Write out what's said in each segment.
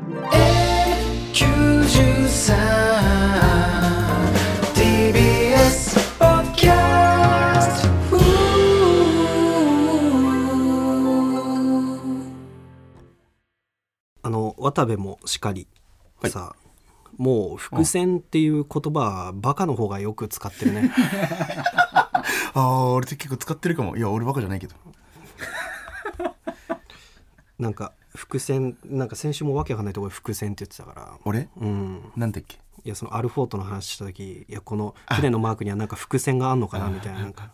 93 TBS ポッドキャストあの渡部もしかりさ、もう伏線っていう言葉はバカの方がよく使ってるねあ あ、俺って結構使ってるかも。いや、俺バカじゃないけど。なんか伏線なんか先週もわけわかんないところで伏線って言ってたから俺うん。なんだっけいやそのアルフォートの話した時いやこの船のマークにはなんか伏線があんのかなみたいななんか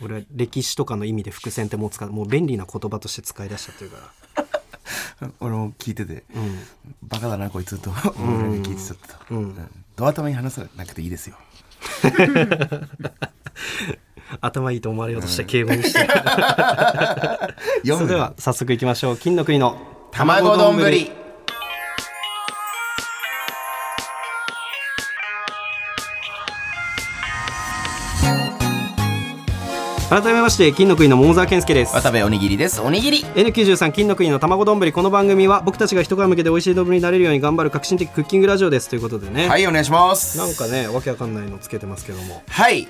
俺は歴史とかの意味で伏線ってもう使うもう便利な言葉として使い出したっていうから俺も聞いてて、バカだな、こいつと。俺が聞いてちゃった。うんドア頭に話さなくていいですよ。頭いいと思われようとした敬語にして、 読それでは早速いきましょう金の国の卵丼ぶり。改めまして金の国の桃沢健介です渡部おにぎりです。おにぎり。 N93 金の国の卵丼この番組は僕たちが一皮向けて美味しい丼になれるように頑張る革新的クッキングラジオですということでね、はい、お願いします。なんかねわけわかんないのつけてますけどもはい。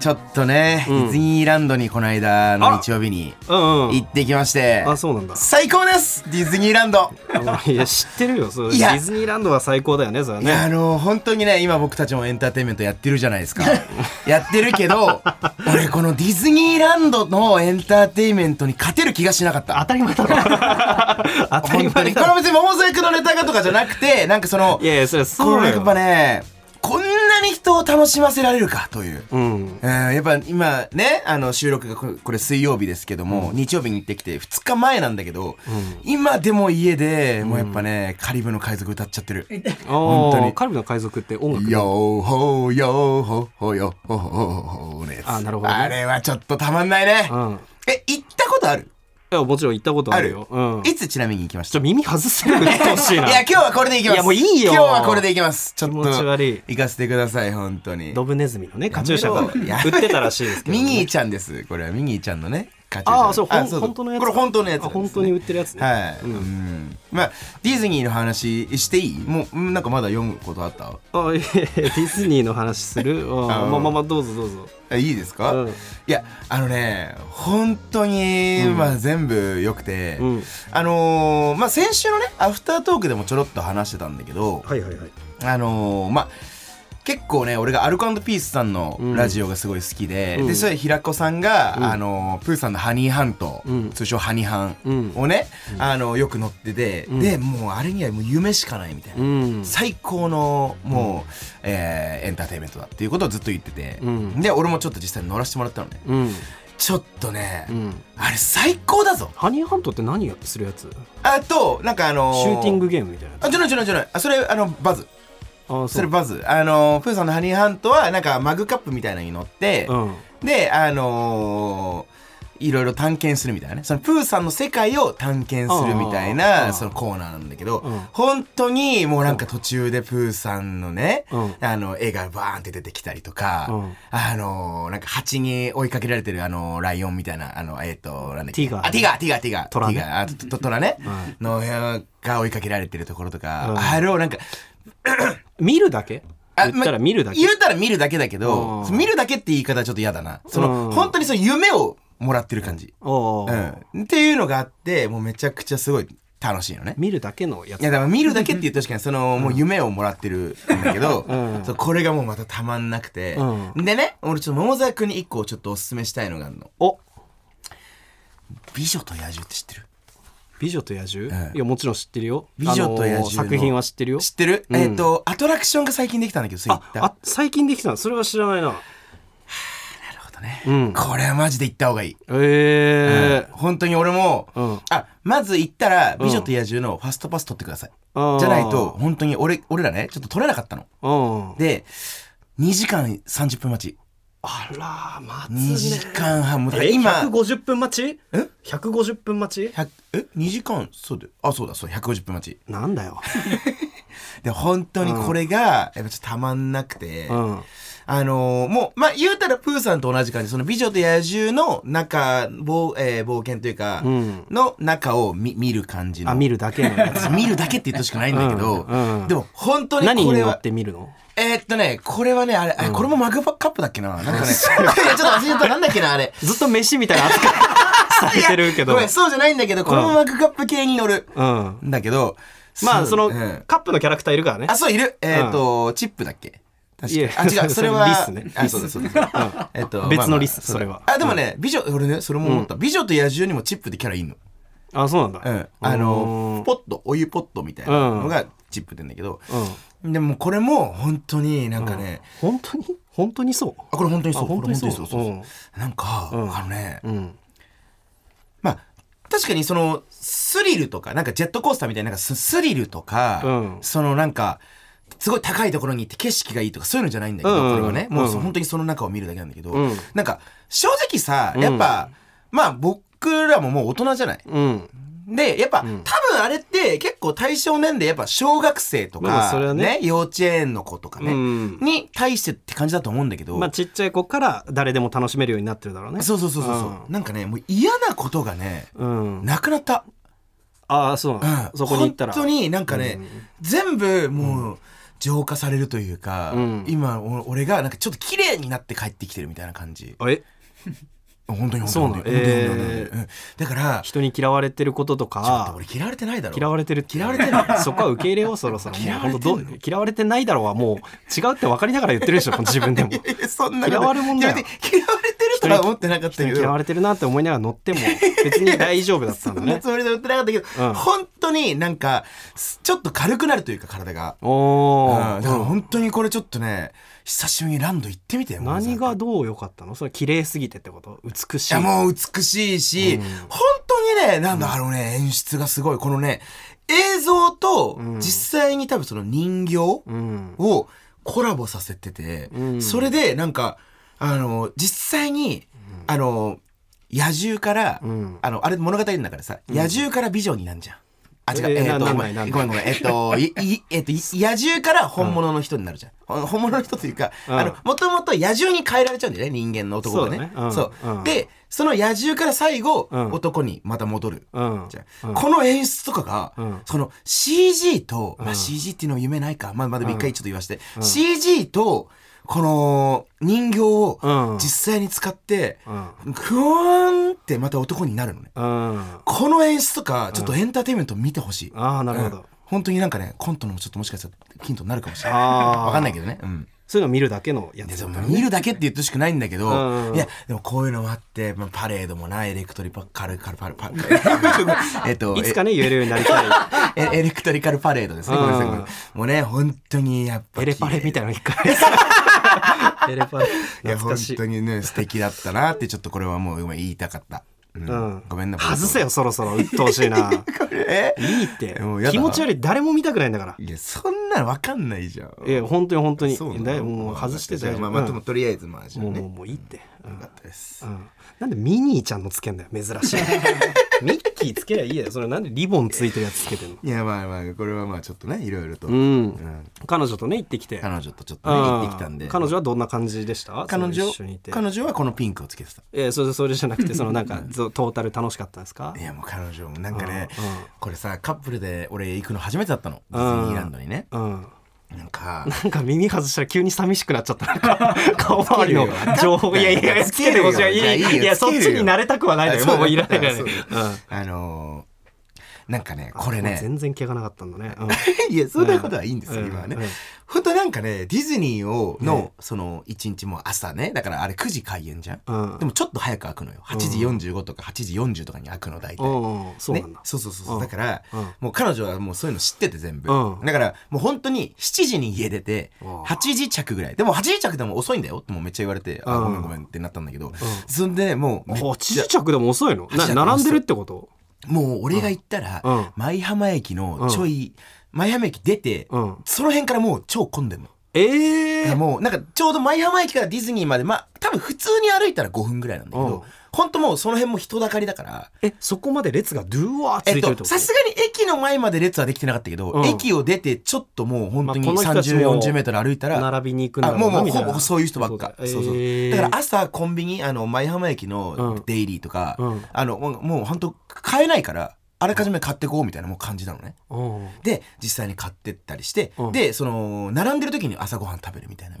ちょっとね、ディズニーランドにこの間あらの日曜日にうんうん行ってきまして。あそうなんだ最高ですディズニーランドあの いや知ってるよそうデいやィズニーランドは最高だよねそれはいやあねの本当にね今僕たちもエンターテインメントやってるじゃない ですかやってるけど俺このディズニーランドのエンターテインメントに勝てる気がしなかったたり前だろ当たり本当前にこだれろは別に桃沢君のネタがとかじゃなくてなんかそのいやいやそれはこそうのだやっよぱねこんなに人を楽しませられるかという、うんうんやっぱ今ねあの収録がこれこれ水曜日ですけども、日曜日に行ってきて2日前なんだけど、今でも家でもうやっぱね、カリブの海賊歌っちゃってる。本当にカルビの海賊って音楽よーほーよーほーほーよーほーほーのやつあなるほどねあれはちょっとたまんないね、うんえ行ったことあるいやもちろん行ったことあるようんいつちなみに行きましちたょ耳外せるのってほしいいなや今日はこれで行きますいやもういいよ今日はこれで行きますちょっ気持ちと悪い行かせてください本当にドブネズミのねカチューシャがやめ売ろってたらしいですけどねミニーちゃんですこれはミニーちゃんのねカチューシャああそうほんうだ本当のやつこれ本当のやつなんですねあ本当に売ってるやつねはい、うんまあディズニーの話していいもううんなんかまだ読むことあったあいえいえディズニーの話するああまあまあまあどうぞどうぞえいいですか、うんいやあのね本当に、まあ全部良くて、うんあのーまあ先週のねアフタートークでもちょろっと話してたんだけど、はいはいはいあのーまあ結構ね俺がアルコピースさんのラジオがすごい好きで、うんでそれで平子さんが、あのープーさんの「ハニーハント」うん通称「ハニハうン」んをね、あのよく乗ってて、でもうあれにはもう夢しかないみたいな、うん最高のもう、えーエンターテインメントだっていうことをずっと言ってて、うんで俺もちょっと実際に乗らせてもらったのねうんちょっとね、うんあれ最高だぞハニーハントって何やするやつシあとなんかあのューティングーゲームみたいなやつあじゃないじゃないじゃないあそれあのバズああそれバズあのプーさんのハニーハントはなんかマグカップみたいなのに乗って、うんであのーいろいろ探検するみたいなねそのプーさんの世界を探検するみたいあーなそのコーナーなんだけど、うん本当にもうなんか途中でプーさんのね、うんあの絵がバーンって出てきたりとか、うんあのーなんか蜂に追いかけられてるあのーライオンみたいなあのえっ、となんだっけティガーあティガーティガーティガートラねティガーあととトラね、はいのえーが追いかけられてるところとか、うんあれをなんか見るだけあ言ったら見るだけま言ったら見るだけだけど、うん見るだけって言い方はちょっと嫌だな。その、うん本当にその夢をもらってる感じ。おうーん。っていうのがあって、もうめちゃくちゃすごい楽しいのね。見るだけのやいつやだから見るだけって言うと確かにそのもう夢をもらってるんだけど、うんそうこれがもうまたたまんなくて、うでね俺ちょっと桃沢君に一個ちょっとおすすめしたいのがあるのお「美女と野獣」って知ってる美女と野獣ええいやもちろん知ってるよ美女と野獣あののー作品は知ってるよ知ってる、うんえっ、とアトラクションが最近できたんだけどそれ行あったあ最近できたのそれは知らないななるほどとね、うんこれはマジで行った方がいい、ええ本当に俺も、うんあまず行ったら「美女と野獣」のファストパス取ってください、あーじゃないと本当に俺俺らねちょっと取れなかったのうんで2時間30分待ちあら待2時間半もうだからえ今150分待ちえ ?150 分待ち100え2時間そうであそうだそう150分待ちなんだよ。で本当にこれがやっぱちょっとたまんなくて、うん。あのーもう、まあ、言うたらプーさんと同じ感じ、その美女と野獣の中、冒,、えー冒険というか、んの中を見見る感じの。あ、見るだけのやつ。見るだけって言ってほしくないんだけど、うんうんでも本当に何こにれ乗はっ、て見るのえーっとね、これはね、あれ、あこれもマグカップだっけななん かね、いやちょっと忘れちゃった、なんだっけなあれ。ずっと飯みたいな扱い されてるけど。ごめん、そうじゃないんだけど、これもマグカップ系に乗る。うん。んだけど、まあ、そうのん、カップのキャラクターいるからね。あ、そう、いる。えーっと、チップだっけい確やかに。あ、違う、それは。 リスねあ、そうです、そうです。えっと、別のまあまあリスうだそれはあ、でもね、美女、俺ね、それも思った。美女と野獣にもチップでキャラいんの。あ、そうなんだ。うん。あの、ポット、お湯ポットみたいなのがチップって言うんだけど。でも、これも本当になんかね、本当に本当にそうあ、これ本当にそう。あ本当にそうこれ本当にそうそうそう。なんか、あのね、うん。まあ、確かにそのスリルとか、なんかジェットコースターみたいな、なんかススリルとか、うんそのなんか、すごい高いところに行って景色がいいとかそういうのじゃないんだけど、うんうんうんこれはね、もうそうん本当にその中を見るだけなんだけど、うんなんか正直さ、やっぱ、まあ僕らももう大人じゃない。うん。で、やっぱ、多分あれって結構対象年齢、やっぱ小学生とか、まあそれはねね幼稚園の子とかね、うんに対してって感じだと思うんだけど、まあ、ちっちゃい子から誰でも楽しめるようになってるだろうね。そうそうそうそうそう、なんかね、もう嫌なことがね、うん。なくなった。ああ、そうなんだ。そこに行ったら。本当になんかね、全部もう浄化されるというか、ん今お俺がなんかちょっと綺麗になって帰ってきてるみたいな感じえ本当に本当にそうなの本当に本当にえー本当にうんだから人に嫌われてることとか。俺嫌われてないだろ嫌われてる嫌われてる そこは受け入れようそろそろも う嫌われてんのほんとどう嫌われてないだろうはもう違うって分かりながら言ってるでしょこの自分でもいやそんなこと嫌われ者だよ嫌われて嫌われてるとは思ってなかった人けにど嫌われてるなって思いながら乗っても別に大丈夫だったん だそんなねつもりで言ってなかったけど、うん本当になんかすちょっと軽くなるというか体が、おうんだからー本当にこれちょっとね久しぶりにランド行ってみてよ何がどう良かったのそれ綺麗すぎてってこと美しいいやもう美しいし、本当にね、なんだ、あのね、演出がすごい。このね、映像と実際に多分その人形うんをコラボさせてて、んそれでなんか、あの、実際に、あの、野獣から、んあの、あれ物語の中でさ、野獣から美女になんじゃん。あ、違う、えーえーと、なごんめないんなごんめないんごめん、えっと、い、い、えっと、い野獣から本物の人になるじゃん。ほ本物の人というか、んあの、もともと野獣に変えられちゃうんだよね、人間の男がね。そうだねうんそううんで、その野獣から最後、うん男にまた戻る。うんじゃあこの演出とかが、うんその CG と、まあ、CG っていうのは夢ないか、まあ、まだ一回ちょっと言わせて、CG とこの人形うをん実際に使って、うんふわーんってまた男になるのねうんこの演出とかちょっとエンターテインメント見てほしい、ああなるほど、うん本当になんかねコントのもちょっともしかしたらヒントになるかもしれないあーわかんないけどねうんそういうの見るだけのやいやでつだっもたのね見るだけって言ってほしくないんだけど、うんいやでもこういうのもあって、まあ、パレードもないエレクトリパカルカルパルパ ルえっといつかね言えるようになり たいえエレクトリカルパレードですね。うんごめんなさいごめんなさいもうね、本当にやっぱ綺麗。エレパレみたいなの一回エレパレいや、懐本かしい当にね、素敵だったなって、ちょっとこれはもう今言いたかった。うんうんごめんな外せ。よそろそろ鬱陶し いなえいいってもうやだ気持ち悪い誰も見たくないんだからいや、そんなのわかんないじゃん。いや本当に本当にそうなのだいぶもう外してじたゃよあまあ、まあ、でもとりあえずまあ、じゃあもうね。もうよもういいって、うんかったです。うんなんでミニーちゃんのつけんだよ珍 しいミッキーつけりゃいいやそれなんでリボンついてるやつつけてんのいや、まあまあ、これはまあ、ちょっとね、いろいろと。うん彼女とね行ってきて彼女とちょっとね、行ってきたんで。彼女はどんな感じでした彼その女一緒にいて彼女はこのピンクをつけてた。えーそれそれじゃ なくてそのなんかぞトータル楽しかったですかいやもう彼女もなんかねうんうんこれさカップルで俺行くの初めてだったのディズニーランドにねうんなんかなんか耳外したら急に寂しくなっち ゃったなんか顔周りの情報いやいやいやつつけるけてよほしいいやいじゃあいいよいやつけそるっよちに慣れたくはないのあ よそうもういらないからねそううんあのーなんかねこれまあね全然毛がなかったんだね、うん、いや、そんなことはいいんですよ、うん今はねうん。本当なんかね、ディズニーを、の、その、一日も朝ね、だからあれ9時開園じゃうんん。でもちょっと早く開くのよ。8時45とか8時40とかに開くの、大体。うんうんそうなんねだ、そうそうそうそう、うんだから、うんもう彼女はもうそういうの知ってて全部、うんだからもう本当に7時に家出てうん8時着ぐらいでも8時着でも遅いんだよってもうめっちゃ言われて、あうんごめんごめんってなったんだけど、そんでもうめっちゃ8時着でも遅いのな並んでるってこともう俺が行ったら、うん舞浜駅のちょい、舞浜駅出て、うんその辺からもう超混んでんの。ええー、もうなんかちょうど舞浜駅からディズニーまでまあ多分普通に歩いたら5分ぐらいなんだけうんど、ほんともうその辺も人だかりだから、えそこまで列がドゥーワーつえっいてるってとこと、さすがに駅の前まで列はできてなかったけど、うん駅を出てちょっともう本当にまあこの人たち30、も40メートル歩いたら、並びに行くんだあろもうもうみたほいなぼそういう人ばっかそうそうそうえーだから朝コンビニあの舞浜駅うのんデイリーとか、うんあのもうもう本当買えないからあらかじめ買ってこうみたいなもう感じなのねうんで実際に買ってったりして、うんでその並んでる時に朝ごはん食べるみたいなうん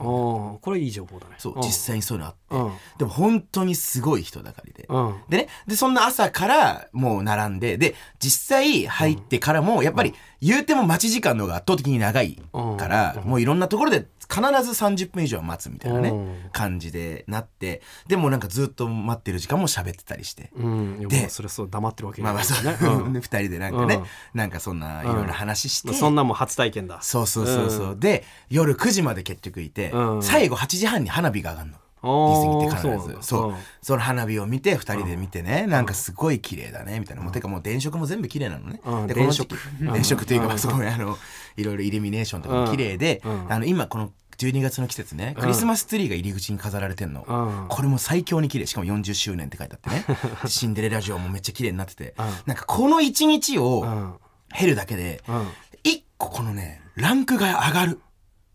これいい情報だねそう、ん実際にそういうのあって、うんでも本当にすごい人だかりで、うんでねでそんな朝からもう並んでで実際入ってからもやっぱり言うても待ち時間の方が圧倒的に長いから、もういろんなところで必ず30分以上は待つみたいなね、うん感じでなってでもなんかずっと待ってる時間も喋ってたりして。うんいやでまあそれそう黙ってるわけまあまあですそう、ねね、2 人でなんかね、うんなんかそんないろいろ話して、うんそんなんも初体験だそうそうそうそう、で夜9時まで結局いて、うん最後8時半に花火が上がるのデあーィズニーってそうなん必だずそう、うんその花火を見て2人で見てね、なんかすごい綺麗だねみたいな、もうてかもう電飾も全部綺麗なのね、うんでこの時期電飾電飾というか、まあそこにあのいろいろイルミネーションとかも綺麗で、うんうんあの今この12月の季節ねクリスマスツリーが入り口に飾られてんの、うんこれも最強に綺麗しかも40周年って書いてあ ってねシンデレラ城もめっちゃ綺麗になってて、んなんかこの1日を、うん減るだけで、うん一個このね、ランクが上がる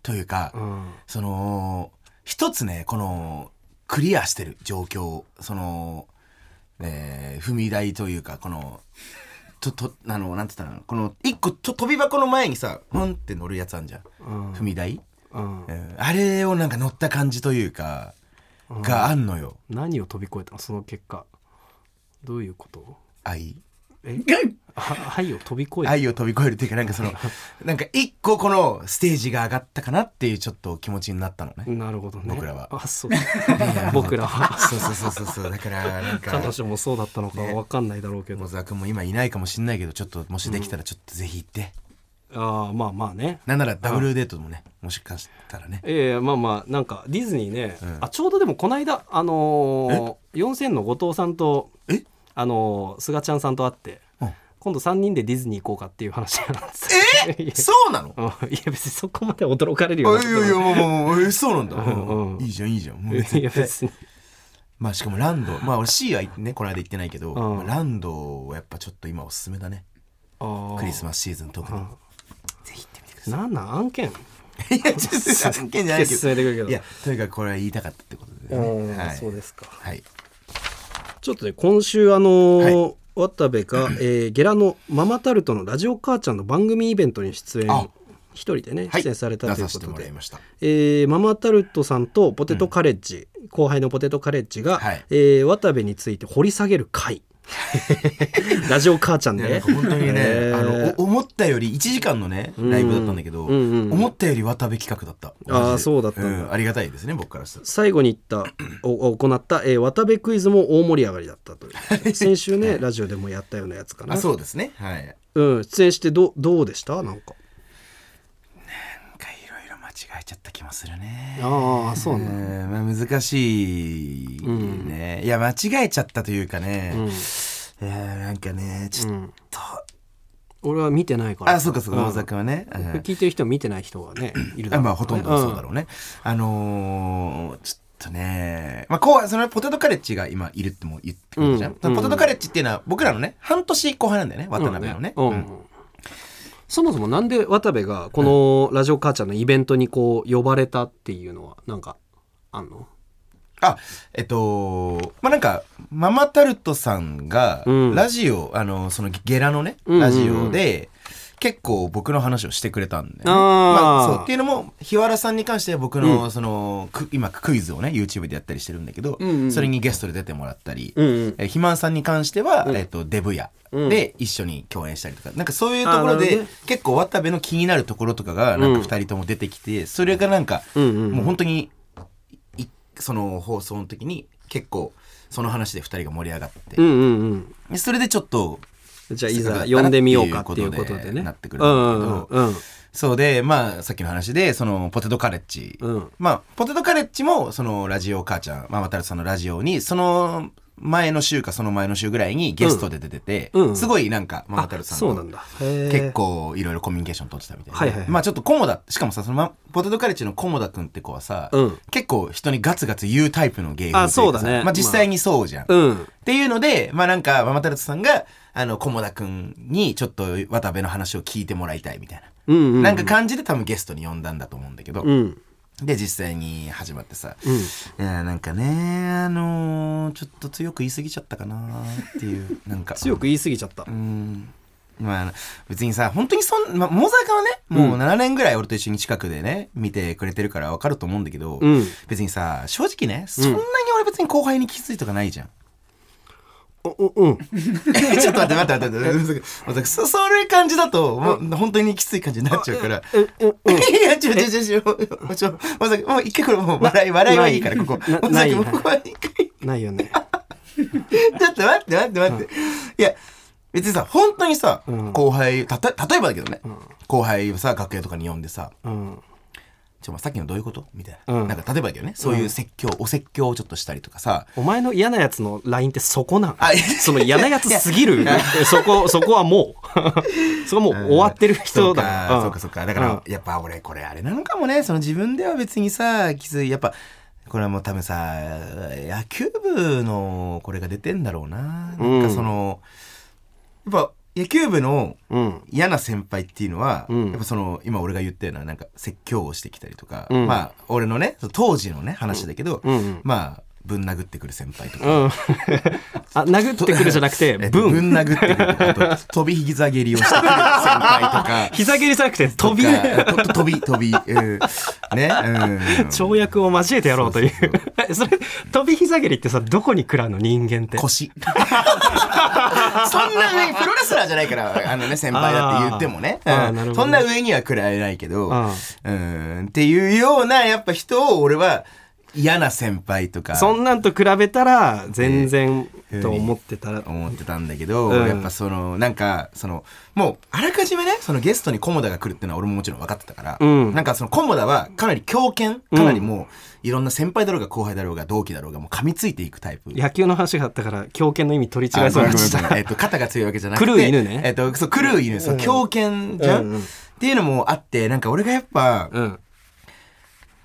というか、うんその、一つね、この、クリアしてる状況、その、えー踏み台というか、この、と、と、あの、なんて言ったらいいの、この、一個と、飛び箱の前にさ、うんって乗るやつあんじゃん。ん踏み台、うんうんあれをなんか乗った感じというか、があんのよ。何を飛び越えたのその結果どういうこと愛。えは愛を飛び越えた愛を飛び越えるというか、なんかその、なんか一個このステージが上がったかなっていうちょっと気持ちになったのね。なるほどね僕らはあそう 僕ら はそうそうそうそうそうだからなんか彼女もそうだったのかわかんないだろうけど、小沢君も今いないかもしんないけどちょっともしできたらちょっとぜひ行って、ああまあまあねなんならダブルデートもねもしかしたらねええまあまあなんかディズニーね、んあちょうどでもこの間あのー、4000の後藤さんとえあのー、菅ちゃんさんと会って、うん今度3人でディズニー行こうかっていう話なんですえいやそうなの うんいや別にそこまで驚かれるいようなやいやもうもうもうえそうなんだ、んうんうんいいじゃんいいじゃんもう別いやに別にまあしかもランドまあ俺 C はねこの間行ってないけど、うんまあランドはやっぱちょっと今おすすめだねクリスママスシーズン特に、うんぜひ行ってみてくださいなんなん案件いやちょっと案件じゃないけ進めどてくるけどいやとにかくこれは言いたかったってことで、うねんはい、そうですかはいちょっとね今週あのーは渡 部が、えーゲラのママタルトのラジオ母ちゃんの番組イベントに出演あ一人でねはい出演されたというこ出させてともらで、いましたえーママタルトさんとポテトカレッジ、後輩のポテトカレッジが、はいえー渡部について掘り下げる 回ラジオ母ちゃんねで、なんか本当にね、えーあのお思ったより1時間のねライブだったんだけど、うんうんうん思ったより渡部企画だったあーマジでそうだったんだんありがたいですね僕からしたら最後に言ったおお行った、えー渡部クイズも大盛り上がりだったという先週ねラジオでもやったようなやつかなあそうですねはいなんうん、出演してどどうでしたなんかかいろいろ間違えちゃった気もするねああそううねんまあ難しいね、いや間違えちゃったというかね、いやなんかねちょっと、俺は見てないからあそうかそうかん野沢君はね、うんこれ聞いてる人は見てない人がねいるだあろうまあほとんどそうだろうね、あのーちょっとねまあ後輩そのポテトカレッジが今いるってもう言ってくるじゃん、うんそのポテトカレッジっていうのは僕らのね半年後輩なんだよね渡辺のね、うんうんそもそもなんで渡部がこのラジオ母ちゃんのイベントにこう呼ばれたっていうのはなんかあんのあえっとまあなんかママタルトさんがうんラジオ、あのそのゲラのねうんうんうんラジオで、結構僕の話をしてくれたんで、ねあーまあ、そうっていうのも日原さんに関しては僕のその、く今クイズをね YouTube でやったりしてるんだけど、それにゲストで出てもらったり、んうんえー肥満さんに関しては、えっとデブ屋で一緒に共演したりとか、なんかそういうところあーなるで、ほどね結構渡部の気になるところとかがなんか2人とも出てきて、それがなんか、もう本当にいその放送の時に結構その話で2人が盛り上がって、うんうんうんでそれでちょっとじゃあいざ呼んでみようかっていうことでねなってくるんだけど、うんうんうんそうでまあさっきの話でそのポテトカレッジ、うんまあポテトカレッジもそのラジオ母ちゃんママタルトさんのラジオにその前の週かその前の週ぐらいにゲストで出てて、うんうんすごいなんかママタルトさんそのうなんだへー結構いろいろコミュニケーション取ってたみたいな、はいはいはいまあちょっとコモダしかもさそのまポテトカレッジのコモダ君って子はさ、うん結構人にガツガツ言うタイプの芸風あそうだねといかさまあ、実際にそうじゃん、うんっていうので、まあなんか、ママタルトさんが、あの、菰田くんにちょっと渡部の話を聞いてもらいたいみたいな。うんうんなんか感じで多分ゲストに呼んだんだと思うんだけど。うんで、実際に始まってさ。いや、なんかね、あのーちょっと強く言い過ぎちゃったかなって いう、なんか。強く言い過ぎちゃったまあ、別にさ、本当にそん、まあ、モザカはね、もう7年ぐらい俺と一緒に近くでね、見てくれてるからわかると思うんだけど、ん別にさ、正直ね、そんなに俺別に後輩に気づいとかないじゃん。おおうんえ ちょっと待って待って待って待って待ってそそういう感じだと、もう本当にきつい感じになっちゃうから。 いや、ちょ、ちょ、ちょ、ちょ、ちょ、まさか、もう一回これもう笑い、笑いはいいから、ここ。なまなさいか、もうここは一回。 ないよねちょっと待って待って待って。いや、別にさ、本当にさ、後輩、たと例えばだけどね、後輩をさ、楽屋とかに呼んでさ、うんちょ、まあさっきのどういうことみたいうんな。なんか、例えばだけどね、そういう説教、お説教をちょっとしたりとかさ、お前の嫌なやつの LINE ってそこなんあいやその嫌なやつすぎるそこそこはもう そこはもう終わってるそ人だうかんそうかそうかだから、やっぱ俺これあれなのかもねその自分では別にさ気づいやっぱこれはもう多分さ野球部のこれが出てんだろうな,、うんなんかそのやっぱ野球部のうん嫌な先輩っていうのは、んやっぱその今俺が言ったようななんか説教をしてきたりとか、んまあ俺のね当時のね話だけど、うんうんまあぶん殴ってくる先輩とか、うんあ殴ってくるじゃなくて えっとぶ文ん殴ってくるとかあと飛び膝蹴りをしてくる先輩と か膝蹴りじゃなくて飛びとかとと飛び飛び、うんね、 うん、跳躍を交えてやろうというえ それ飛び膝蹴りってさどこに食らうの人間って 腰そんな上プロレスラーじゃないからあのね先輩だって言ってもね、あーうんあーなるほどねそんな上には食らえないけどあうんっていうようなやっぱ人を俺は嫌な先輩とかそんなんと比べたら全然と思ってたら、思ってたんだけど、うんやっぱそのなんかそのもうあらかじめねそのゲストに菰田が来るっていうのは俺ももちろん分かってたから、うんなんかその菰田はかなり強肩かなりもう、いろんな先輩だろうが後輩だろうが同期だろうがもう噛みついていくタイプ。野球の話があったから強肩の意味取り違あえそうになっちゃごめんごめんごめんっえっと、肩が強いわけじゃなくて。狂う犬ねえっと、そう、狂う犬、そう、狂犬じゃん、っていうのもあって、なんか俺がやっぱ、た、うん、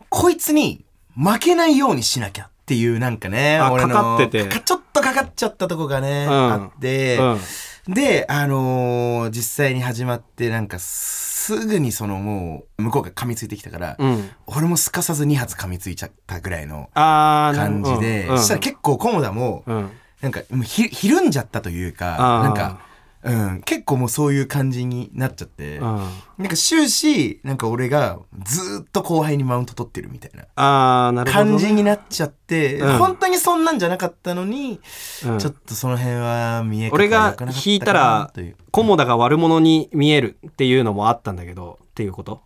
こいつに負けないようにしなきゃっていうなんかね、あ俺のかかっててかちょっとかかっちゃったとこがね、んあって、で、あのー実際に始まってなんかすぐにそのもう向こうが噛みついてきたから、ん俺もすかさず2発噛みついちゃったぐらいのあーな感じで、うんうんそしたら結構コモダも、うんなんかもうひひるんじゃったというかあーなんか、うん、結構もうそういう感じになっちゃって。うんなんか終始、なんか俺がずーっと後輩にマウント取ってるみたいなあーなるほどね、感じになっちゃって、うん本当にそんなんじゃなかったのに、うんちょっとその辺は見え方俺良がくなかったかな引いたらという菰田が悪者に見えるっていうのもあったんだけどっていうこと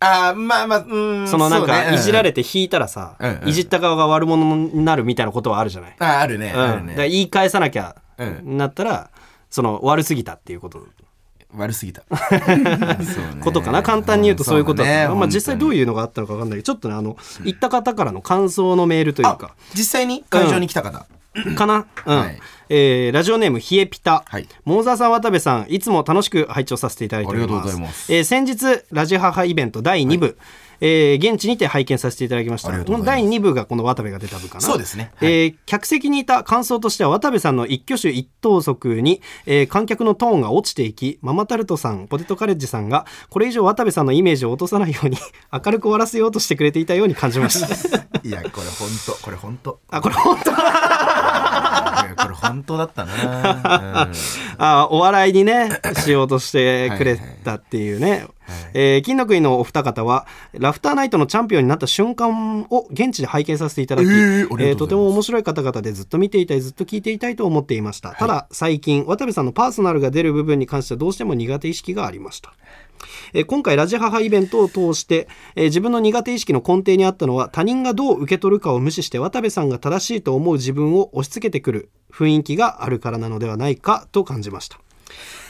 あーまあまあうーんそのなんそうねうかんいじられて引いたらさ、うんうんいじった側が悪者になるみたいなことはあるじゃない、あーあるね、うんあるだからね言い返さなきゃ、うんなったらその悪すぎたっていうこと悪すぎ たそうねことかな、簡単に言うとそういうことだったな、そうねまあ、実際どういうのがあったのか分かんないけどちょっとねあの行った方からの感想のメールというかあ実際に会場に来た方、かな、うんはいえーラジオネームひえピタ、はいモーザーさん渡部さんいつも楽しく拝聴させていただいておりますありがとうございますえー先日ラジハハイベント第2部、えー現地にて拝見させていただきましたありがとこうのござい第ます2部がこの渡部が出た部かなそうですねえー客席にいた感想としては渡部さんの一挙手一投足に、えー観客のトーンが落ちていきママタルトさんポテトカレッジさんがこれ以上渡部さんのイメージを落とさないように 明るく終わらせようとし てくれていたように感じましたいやこれ本当これ本当あこれ本当やこれ本当だったな、うんあお笑いに ねしようとしてくれたっていうね、えー金の国のお二方はラフターナイトのチャンピオンになった瞬間を現地で拝見させていただき、ええーありがとうございますーとても面白い方々でずっと見ていたいずっと聞いていたいと思っていました、ただ最近渡部さんのパーソナルが出る部分に関してはどうしても苦手意識がありましたえー今回ラジハハイベントを通して、えー自分の苦手意識の根底にあったのは他人がどう受け取るかを無視して渡部さんが正しいと思う自分を押し付けてくる雰囲気があるからなのではないかと感じました、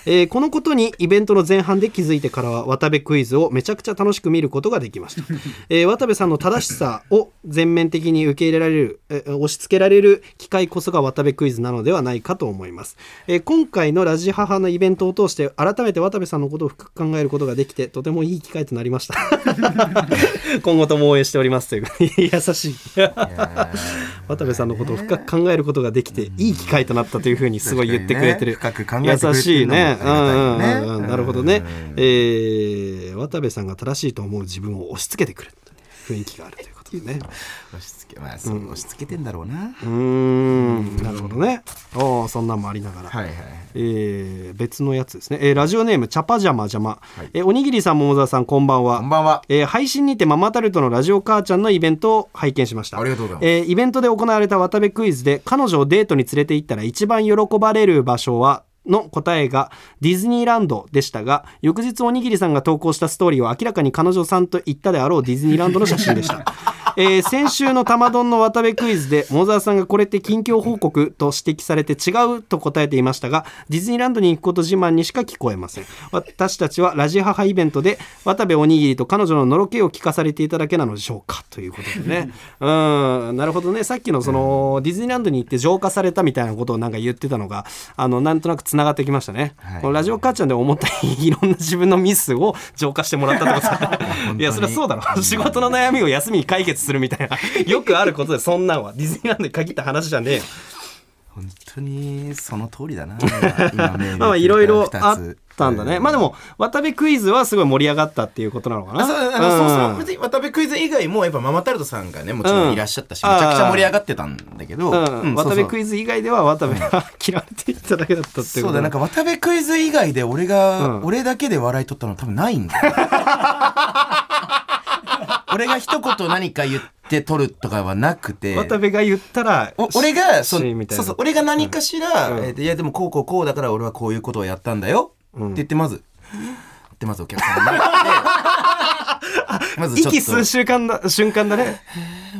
えーこのことにイベントの前半で気づいてからは渡部クイズをめちゃくちゃ楽しく見ることができました、 えー渡部さんの正しさを全面的に受け入れられる、えー押し付けられる機会こそが渡部クイズなのではないかと思います、えー今回のラジハハのイベントを通して改めて渡部さんのことを深く考えることができてとてもいい機会となりました今後とも応援しておりますという優しい渡部さんのことを深く考えることができていい機会となったというふうにすごい言ってくれてる、確かにね深く考えてくれてるのも優ありしいねがたいよねうんうんうんなるほどねうん、えー渡部さんが正しいと思う自分を押し付けてくる雰囲気があるということでね押し付けまあそう押し付けてんだろうな、うーんなるほどねおーそんなんもありながら、はいはいえー別のやつですね、えーラジオネームチャパジャマジャマ、いえーおにぎりさん桃沢さんこんばんはこんばんはえー配信にてママタルトのラジオ母ちゃんのイベントを拝見しましたありがとうございますえーイベントで行われた渡部クイズで彼女をデートに連れて行ったら一番喜ばれる場所はの答えがディズニーランドでしたが翌日おにぎりさんが投稿したストーリーは明らかに彼女さんと行ったであろうディズニーランドの写真で した、えー先週の玉丼の渡部クイズで桃沢さんがこれって近況報告と指摘されて違うと答えていましたがディズニーランドに行くこと自慢にしか聞こえません私たちはラジハハイベントで渡部おにぎりと彼女ののろけを聞かされていただけなのでしょうかということ でねうんなるほどねさっきのその、ディズニーランドに行って浄化されたみたいなことをなんか言ってたのがあのなんとなくつながってきましたね、はいこのラジオ母ちゃんで思ったいろんな自分のミスを浄化してもらったっ てことだ当にいやそりゃそうだろ仕事の悩みを休みに解決するみたいなよくあることでそんなんはディズニーランドに限った話じゃねえよ本当にその通り だな今メールまあまあいろいろあ二つったんだね、まあでも渡部クイズはすごい盛り上がったっていうことなのかなあそうあのそうそうん別に渡辺クイズ以外もやっぱママタルトさんがねもちろうんんいらっしゃったし、めちゃくちゃ盛り上がってたんだけど、うんうんそうそう渡部クイズ以外では渡部が嫌われていただけだったっていうそうことだなんか渡辺クイズ以外で俺が、うん俺だけで笑い取ったの多分ないんだよ 俺が一言何か言って取るとかはなくて渡部が言ったらお俺がそうシーンみたいそなうそう俺が何かしら、うんえーといやでもこうこうこうだから俺はこういうことをやったんだよ、うんって言ってまずってまずお客さんに言 ってまずちょっと息吸う瞬間だ瞬間だね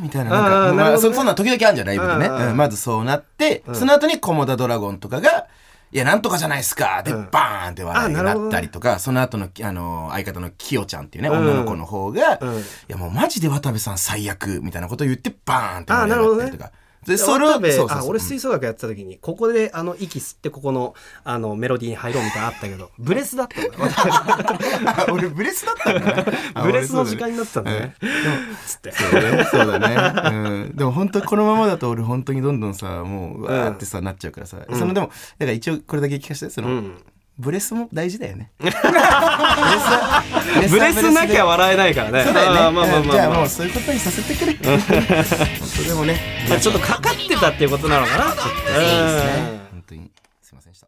みたいななんかあーまあなるほどそそんな時々あるんじゃないライブでうんねうん、うんうんまずそうなって、その後にコモダドラゴンとかが「いやなんとかじゃないですか」で、んバーンって笑いにあなるほなどったりとか、その後のあの相方のキヨちゃんっていうね、うん女の子の方が、うんいやもうマジで渡部さん最悪」みたいなことを言ってバーンって笑いになったりとか。でそれを渡部そうそうあそう俺吹奏楽やってた時にここであの息吸ってここのあのメロディーに入ろうみたいなのあったけどブレスだ ったんだあ俺ブレスだったんだな ブレスの時間になってたんだねでもつってそうねそうだね、 うん、でも本当このままだと俺本当にどんどんさもううわーってさ、なっちゃうからさ、そのでもだから一応これだけ聞かせてその、ブレスも大事だよ ねブレスはブレスなきゃ笑えないからねそうだよねあーまあまあうんまじあまゃああもうそういうことにさせてくれ本当でもねまあちょっとかかってたっていうことなのかなうん本当にすいませんでした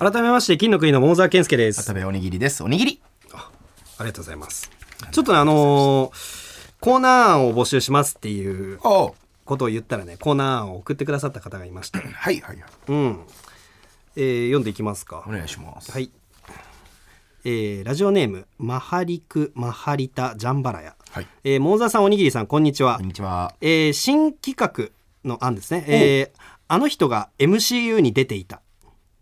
改めまして金の国の桃沢健介です渡部おにぎりですおにぎりありがとうございます。ちょっとねあのーコーナー案を募集しますっていうおうことを言ったらね、コーナー案を送ってくださった方がいま した。はいはいはいうん。えー読んでいきますかお。願いしますはい。えーラジオネーム、マハリク・マハリタ・ジャンバラヤ。はいえー、モーザーさん、おにぎりさん、こんにちは。こんにちはえー新企画の案ですね、えーあの人が MCU に出ていたっ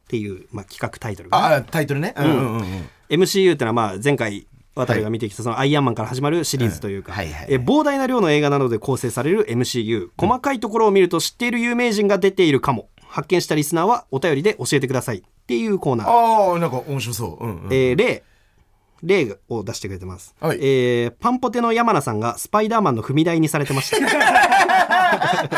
ていう、まあ、企画タイトルがねああタイトルねうんうんうんうん MCU ってのはまあ前回渡部が見てきたそのアイアンマンから始まるシリーズというか、うんはいはいえ膨大な量の映画などで構成される MCU 細かいところを見ると知っている有名人が出ているかも発見したリスナーはお便りで教えてくださいっていうコーナー、ああなんか面白そう うんうんえー、例例を出してくれてます、はいえーパンポテの山名さん がスパイダーマンの踏み台にされてましたあ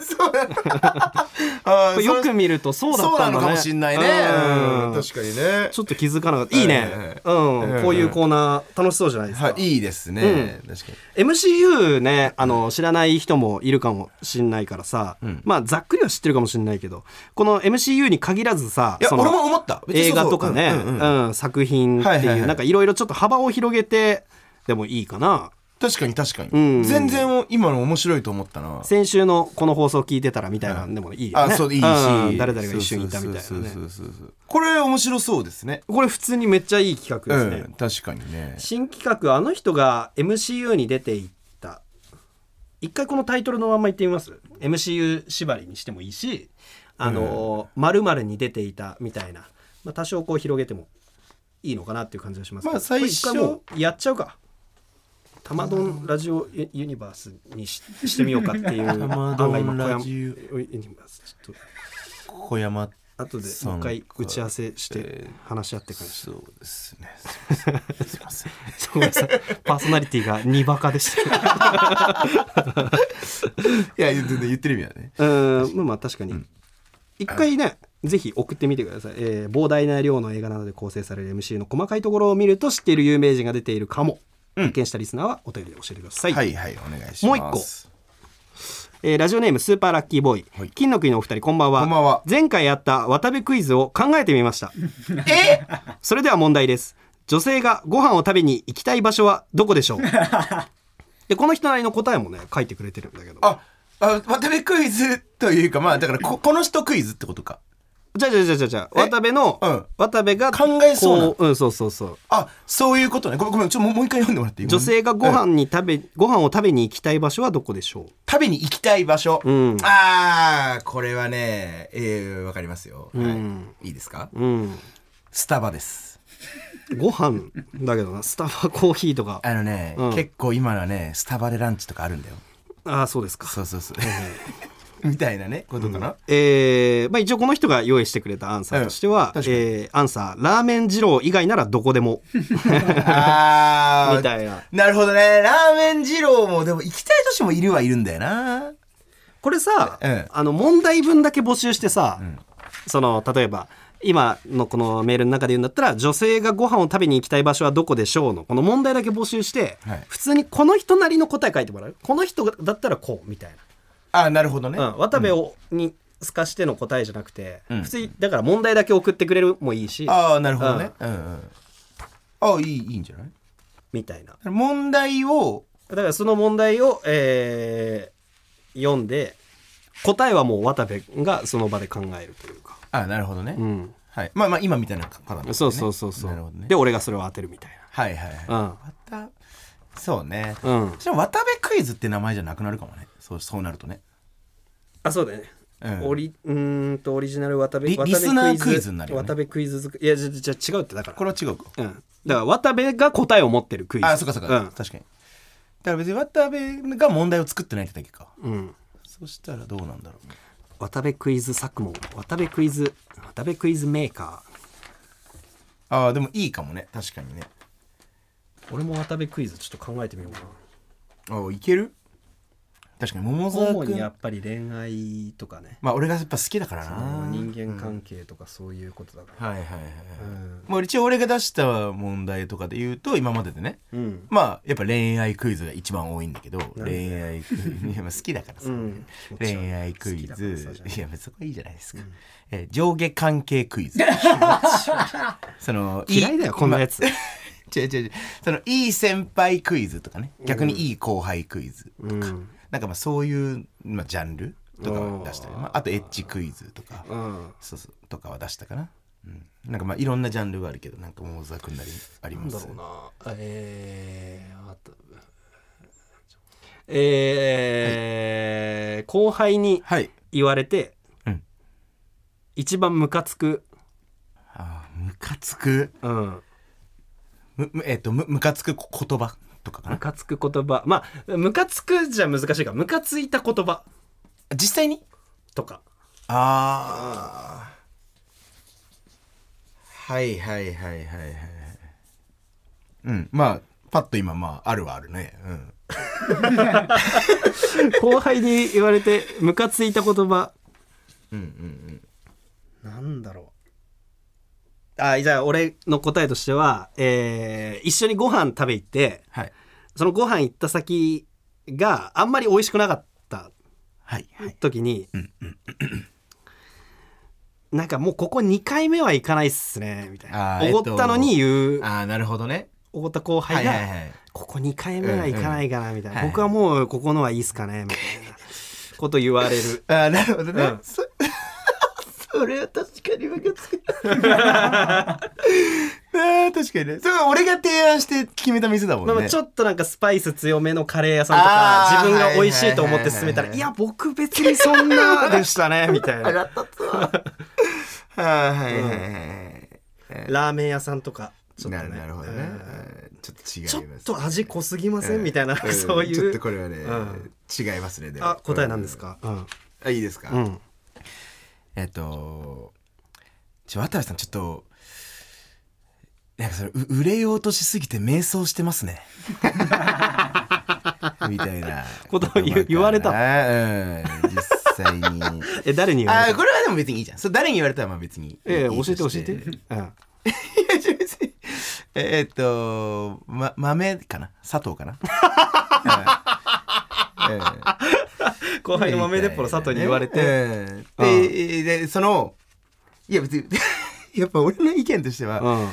そう これよく見るとそうだっそうなたんだねのかもしんないねうんうん確かにねちょっと気づかなかったいいね、ええうん、ええこういうコーナー楽しそうじゃないですか、はいいいですね確かに MCU ねあの知らない人もいるかもしんないからさ、まあざっくりは知ってるかもしんないけどこの MCU に限らずさいやその俺も思った別にそ映うそう画とかねうんうんうん作品っていはう、いはいはいなんかいろいろちょっと幅を広げてでもいいかな確かに確かに、うん全然今の面白いと思ったな先週のこの放送聞いてたらみたいなんでもいいよね、あそういいし、うん誰々が一緒にいたみたいそなうそうねそうそうそうこれ面白そうですねこれ普通にめっちゃいい企画ですね、うん確かにね新企画あの人が MCU に出ていった一回このタイトルのまんま言ってみます MCU 縛りにしてもいいしあの「まるまるに出ていたみたいな、まあ、多少こう広げてもいいのかなっていう感じがしますけどまあ最初これ一回もうやっちゃうか「たまどんラジオユユニバース」にししてみようかって いう案まどんが今ラジ小山ユニバースちょっと小山後でもう一回打ち合わせして話し合って感じそうですねすいませんごめんなさいパーソナリティがにばかでしたいや全然言ってる意味だねうんまあまあ確かに、一回ねぜひ送ってみてください、えー膨大な量の映画などで構成される MC の細かいところを見ると知っている有名人が出ているかも、発見したリスナーはお便りで教えてください、はいはいお願いしますもう一個えーラジオネームスーパーラッキーボーイ、はい金の国のお二人こんばんはこんばんは前回やった渡部クイズを考えてみました それでは問題です女性がご飯を食べに行きたい場所はどこ でしょうでこの人なりの答えもね書いてくれてるんだけどああ渡辺クイズというかまあだからここの人クイズってことかじゃあじゃあじゃあじゃあじゃあえ渡部の、うん渡部が考えそうなこううんそうそうそうあそういうことねごめんごめんちょっともうもう一回読んでもらっていい女性がごうん飯に食べ、ご飯を食べに行きたい場所はどこでしょ食べに行きたい場所、うんああこれはねえーわかりますよ、はい、いいですかう、うん、スタバですご飯だけどなスタバコーヒーとかあのね、うん結構今はねスタバでランチとかあるんだよああそうですかそうそうそう みたいなねことかな、えーまあ、一応この人が用意してくれたアンサーとしては、うん確かにえーアンサーラーメン二郎以外ならどこ でもあー みたいななるほどねラーメン二郎もでも行きたい年もいるはいるんだよなこれさ、うんあの問題文だけ募集してさ、その例えば今のこのメールの中で言うんだったら女性がご飯を食べに行きたい場所はどこでしょうのこの問題だけ募集して、はい普通にこの人なりの答え書いてもらうこの人だったらこうみたいな。あーなるほどね、うん、渡部を、に透かしての答えじゃなくて、ん普通にだから問題だけ送ってくれるもいいしああなるほどね、うんうんああいいいいんじゃないみたいな問題をだからその問題を、えー読んで答えはもう渡部がその場で考えるというか、ああなるほどね、うん、はい、まあまあ今みたいなパターン、ね、そうそうそうそう、なるほどねで俺がそれを当てるみたいはいはいはい、なうんまたそうね、うんしかも渡部クイズって名前じゃなくなるかもねそうそうなるとね、あそうだよねうんオリうーんとオリジナル渡部リ渡部リスナークイズになるよね渡部クイズ作りいやじゃじゃじゃ違うってだからこれは違うかうん、だから渡部が答えを持ってるクイズあそっかそっか、うん確かにだから別に渡部が問題を作ってないってだけか、んそしたらどうなんだろうね渡部クイズ作文渡部クイズ渡部クイズメーカああでもいいかもね確かにねー俺も渡部クイズちょっと考えてみようかなああいける確かに桃沢主に君やっぱり恋愛とかねまあ俺がやっぱ好きだからな人間関係とかそういうことだから、はいはいはい、まあ一応俺が出した問題とかで言うと今まででね、んまあやっぱ恋愛クイズが一番多いんだけど恋愛クイズいやまあ好きだからさ、ん恋愛クイ好きだからさズじゃないいやそこいいじゃないですか、えー上下関係クイ ズその嫌いだよこんなやつまあ違う違う違うそのいい先輩クイズとかね逆にいい後輩クイズとか、うんなんかまあそういう、まあ、ジャンルとかを出したり、まあ、あとエッジクイズとか、うん、そうそうとかは出したかな、うん、なんかまあいろんなジャンルがあるけどなんか桃沢君なりありなまんだすろうなえー、あとえー後輩にはい言われて、うん一番ムカつく、あームカつくうん、むむえっ、とむムカつくこ言葉とかかムなカつく言葉まあムカつくじゃ難しいからムカついた言葉実際にと かああはいはいはいはいはいはいうんまあパッと今まああるはあるねうん後輩に言われてムカついた言葉うんうんなんだろうあじゃあ俺の答えとしては、えー一緒にご飯食べ行ってはいそのご飯行った先があんまり美味しくなかったはいはい時に、なんかもうここ2回目は行かないっすねみたいなあーおごったのに言うああなるほどねおごった後は輩いが、はいはいここ2回目は行かないかなみたいな、うんうん僕はもうここのはいいっすかねみたいなこと言われるああなるほどね、うんそ それは確かにムカ つくああ確かにねそれは俺が提案して決めた店だもんでねもちょっとなんかスパイス強めのカレー屋さんとあかー自分が美味しいと思って勧めたら「はいいはいや僕別にそんなでしたね」みたい な はいはいはいはいラーメン屋さんとかちょっとなねなるほどね、うんうんちょっと違いますちょっと味濃すぎませうんんみたいな、んそういうちょっとこれはね、うん違いますねでもあ答えなんですかうん、あいいですか、うん、えっとちょ渡部さんちょっとなんかそれう売れようとしすぎて迷走してます ねみたいなことを言う言われたうん実 際にえ誰に言わあれーたこれはでも別にいいじゃんそれ誰に言われたらまあ別にいいええいいと教えて教しえて、うん、 えーっと、ま、豆かな佐藤かなうんうん後輩の豆鉄砲の佐藤に言われて、うんうんででそのいや別に やっぱ俺の意見としては、うん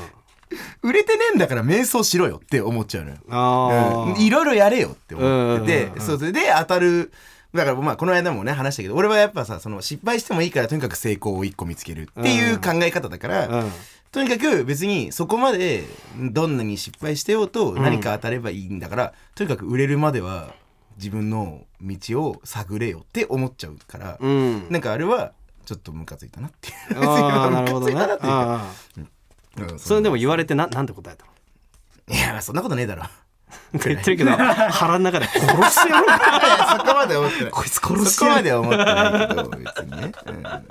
売れてねえんだから瞑想しろよって思っちゃうのよ、あうんーいろいろやれよって思ってうんうんうんうてんそうそれで当たるだからまあこの間もね話したけど俺はやっぱさその失敗してもいいからとにかく成功を1個見つけるっていう考え方だから、うんとにかく別にそこまでどんなに失敗してようと何か当たればいいんだから、とにかく売れるまでは自分の道を探れよって思っちゃうから、うんなんかあれはちょっとムカついたなっていうあーなるほどね。ムカついたなっていうかあーうんそれでもも言われてななんて答えたのいやそんなことねえだろい言ってるけど腹の中で殺してやろうか やそこまでは思ってないこいつ殺してそこやまるでは思ってないけど別にね、うん、ま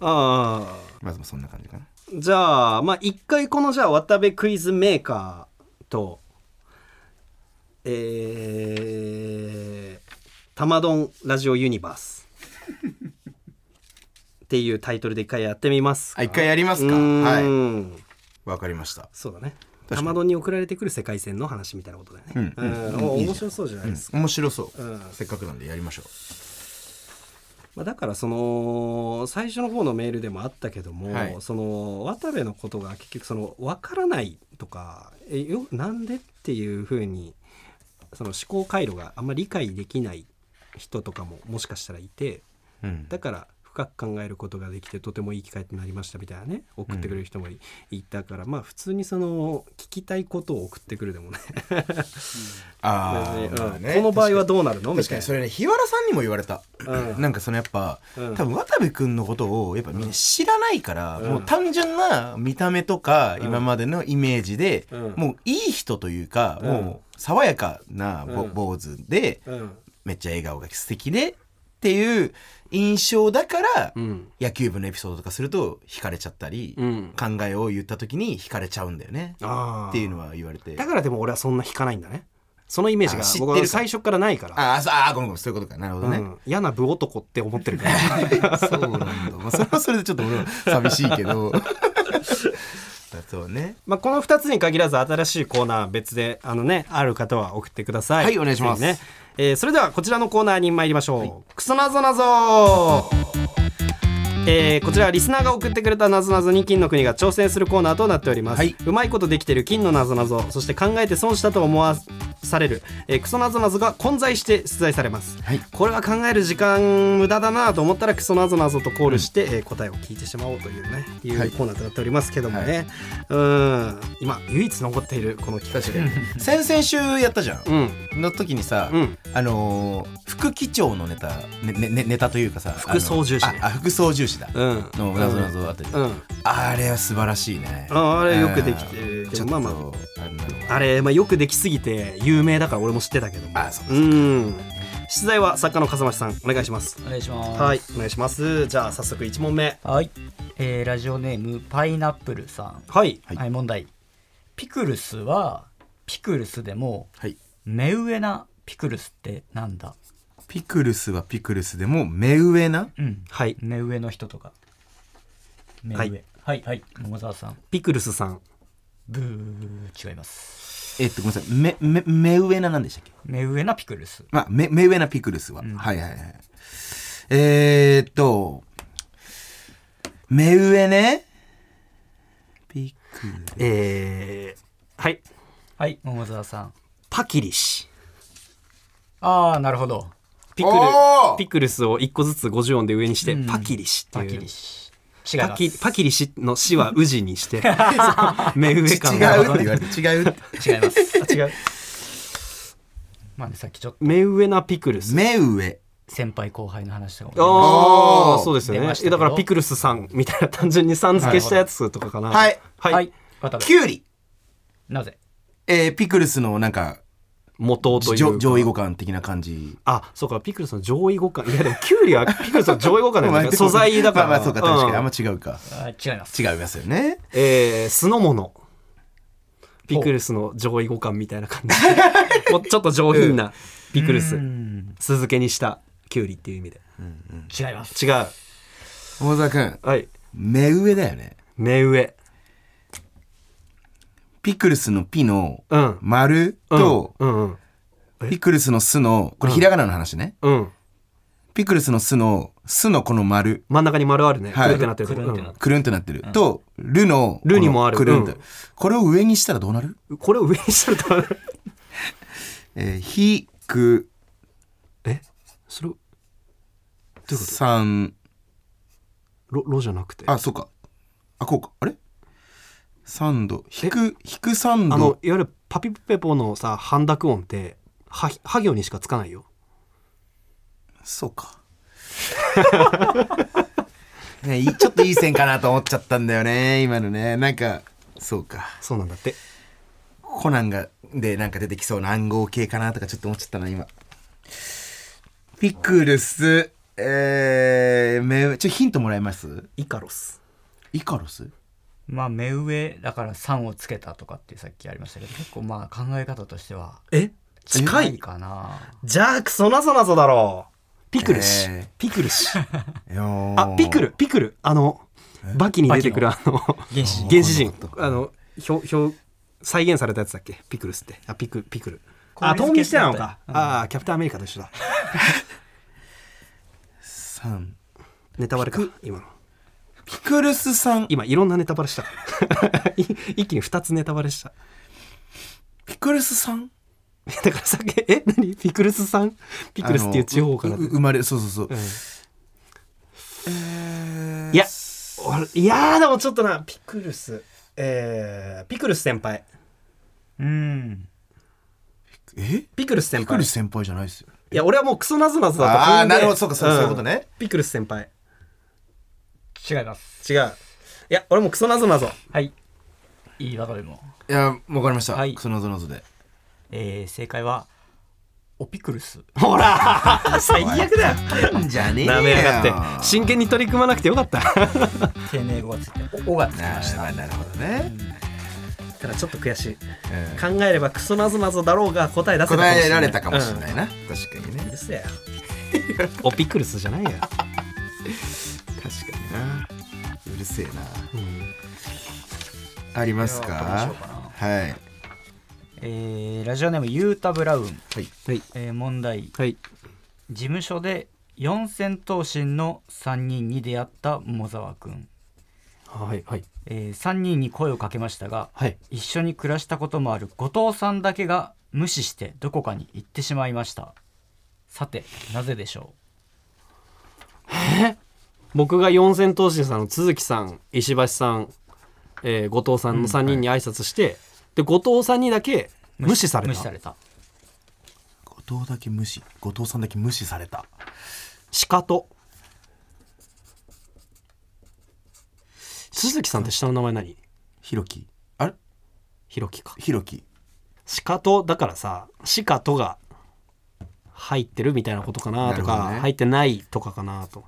あーあそんな感じかなじゃあまあ一回このじゃあ渡部クイズメーカーとえー「玉丼ラジオユニバース」っていうタイトルで一回やってみますかあ一回やりますかうはいーんわかりましたそうだね玉丼に送られてくる世界線の話みたいなことだよね、うんうんうんいいじゃん面白そうじゃないですか、面白そう、うんせっかくなんでやりましょまあ、だからその最初の方のメールでもあったけども、はいその渡部のことが結局その分からないとかえよなんでっていうふうにその思考回路があんまり理解できない人とかももしかしたらいてう、うんだから深く考えることができてとてもいい機会となりましたみたいなね送ってくれる人もい,、たからまあ普通にその聞きたいことを送ってくるでもねあー うんまあねこの場合はどうなるのみ確たかいになそ。れね日原さんにも言われた、うんなんかそのやっぱ、うん多分渡部君のことをやっぱみんな知らないから、もう単純な見た目とか、今までのイメージで、うんもういい人というか、うんもう爽やかなぼ、うん坊主で、うんめっちゃ笑顔が素敵でっていう印象だから、うん野球部のエピソードとかすると惹かれちゃったり、うん考えを言った時に惹かれちゃうんだよねあーっていうのは言われてだからでも俺はそんな引かないんだねそのイメージがあ知ってる僕は最初からないからあーそうあーごめんごめんそういうことかなるほどね、うん嫌な部男って思ってるか らそうなんだ。まあ、それはそれでちょっと俺は寂しいけど。 だそうね。まあこの2つに限らず新しいコーナー別であのねある方は送ってくださいはいお願いしますぜひねえーそれではこちらのコーナーに参りましょう、クソなぞなぞえーこちらはリスナーが送ってくれたなぞなぞに金の国が挑戦するコーナーとなっております、はいうまいことできてる金のなぞなぞそして考えて損したと思わされる、えークソなぞなぞが混在して出題されます、はいこれは考える時間無駄だなと思ったらクソなぞなぞとコールして、えー答えを聞いてしまおうというねいはういコーナーとなっておりますけどもね、はうーん今唯一残っているこの企確かに。先々週やったじゃん。画うんの時にさ、うんあのー副機長のネタ、ねねね、ネタというかさ副操縦士ねあのああ副操縦士だ、うんのなぞなぞあったじゃん、うんあれは素晴らしいねああれよくできてうんでちょもっとまあまあれなのあれ、まあ、よくできすぎて有名だから俺も知ってたけどもあそうかん出題は作家の風間さんお願いしますお願いします。はいお願いしますじゃあ早速一問目はい。えーラジオネームパイナップルさん。はいはい、問題。ピクルスはピクルスでもはい目上なピクルスってなんだ。ピクルスはピクルスでも目上なうんはい目上の人とか目上ははいいはい、桃沢さんピクルスさんブー違いますえっとごめんなさい目目目上ななんでしたっけ目上なピクルスまあ、目目上なピクルスは、はいはいはいえー、っと目上ねピクルえー、はいはい桃沢さんパキリ氏ああなるほどピクルおーピクルスを一個ずつ50音で上にして、パキリ氏ってパいうキリ氏違いパまキすパキリ氏の氏は宇治にしてそう目上感違うって言うわれて違うって違います 違うまあねさっきちょっと目上なピクルス目上先輩後輩の話とかもあああーそうですよ出ねましたえけだどからピクルスさんみたいな単純にさん付けしたやつとかかなはいはい、はい渡部キュウリ、なぜえーピクルスのなんか元という上か上位互換的な感じあそうかピクルスの上位互換いやでもキュウリはピクルスの上位 互換だよね素材だからまあまあそうか確かに、うんあんま違うかあー違います違いますよねえー、酢の物ピクルスの上位互換みたいな 感じもうちょっと上品なピクルスうん酢漬けにしたきゅうりっていう意味で違います違う大沢君はい目上だよね目上ピクルスのピのうん丸と、うんうんピクルスのスのこれひらがなの話ね、うんピクルスのスのスのこの丸真ん中に丸あるね、はいくるってなってるとこくるってなってくるんとなってる、とルのルにもあるこのくるんと、うんこれを上にしたらどうなる、うんこれを上にしたらとえー、ひく えそれさんロロじゃなくてああそうかあこうかあれ三度ひくひく三のいわ度ゆるパピプペポのさ半濁音ってはは行にしかつかないよそうか ねいいちょっといい線かなと思っちゃったんだよね今のねなんかそうかそうなんだってコナンがでなんか出てきそうな暗号系かなとかちょっと思っちゃったな今ピクルスえー、めちょヒントもらえますイカロスイカロスまあ目上だから3をつけたとかってさっきありましたけど結構まあ考え方としてはえ近いいかなじゃあクソなぞなぞだろうピクルシ、えーピクルシ ああピクルピクルあのバキに出てくるあの原始人人あの表表再現されたやつだっけピクルスってあピクピクルあこれ冬眠してたのか、うんああキャプテンアメリカと一緒だ三ネタバレか今のピクルスさん今いろんなネタバレしたい一気に2つネタバレしたピクルスさんだからさっきえ何ピクルスさんピクルスっていう地方からあのう生まれそうそうそう、んえーいや俺いやーでもちょっとなピクルスえー、ピクルス先輩うんえピクルス先ピク輩ルス先輩じゃないですよいや俺はもうクソなぞなぞだとあー踏んでなるほどそうかそうかそういうことねピクルス先輩違います違ういや俺もクソなぞなぞはいいいわかるもいやわかりました、はいそのぞのぞでえー、正解はオピクルスほら最悪だよじゃねえよなめやがって真剣に取り組まなくてよかった丁寧語がついておおがつきあましーまあなるほどね、ただちょっと悔しいうん考えればクソなぞなぞだろうが答え出せた答えられたかもしれい、ないな、確かにうん、うねるせえよおピクルスじゃないよ、確かになうるせえなうんありますかいやどうしようかなはいはえー、ラジオネームユータ・ブラウン、いはいえー、問題はい事務所で四千頭身の3人に出会った桃沢君、はいはいえー、3人に声をかけましたがはい一緒に暮らしたこともある後藤さんだけが無視してどこかに行ってしまいましたさてなぜでしょ僕が四千頭身さんの都築さん石橋さん、えー後藤さんの3人に挨拶して、で後藤さんにだけう無視された無視された後藤だけ無視後藤さんだけ無視されたしかと都築さんって下の名前何ひろきあれひろきかひろきしかとだからさしかとが入ってるみたいなことかなとなるほかどね入ってないとかかなと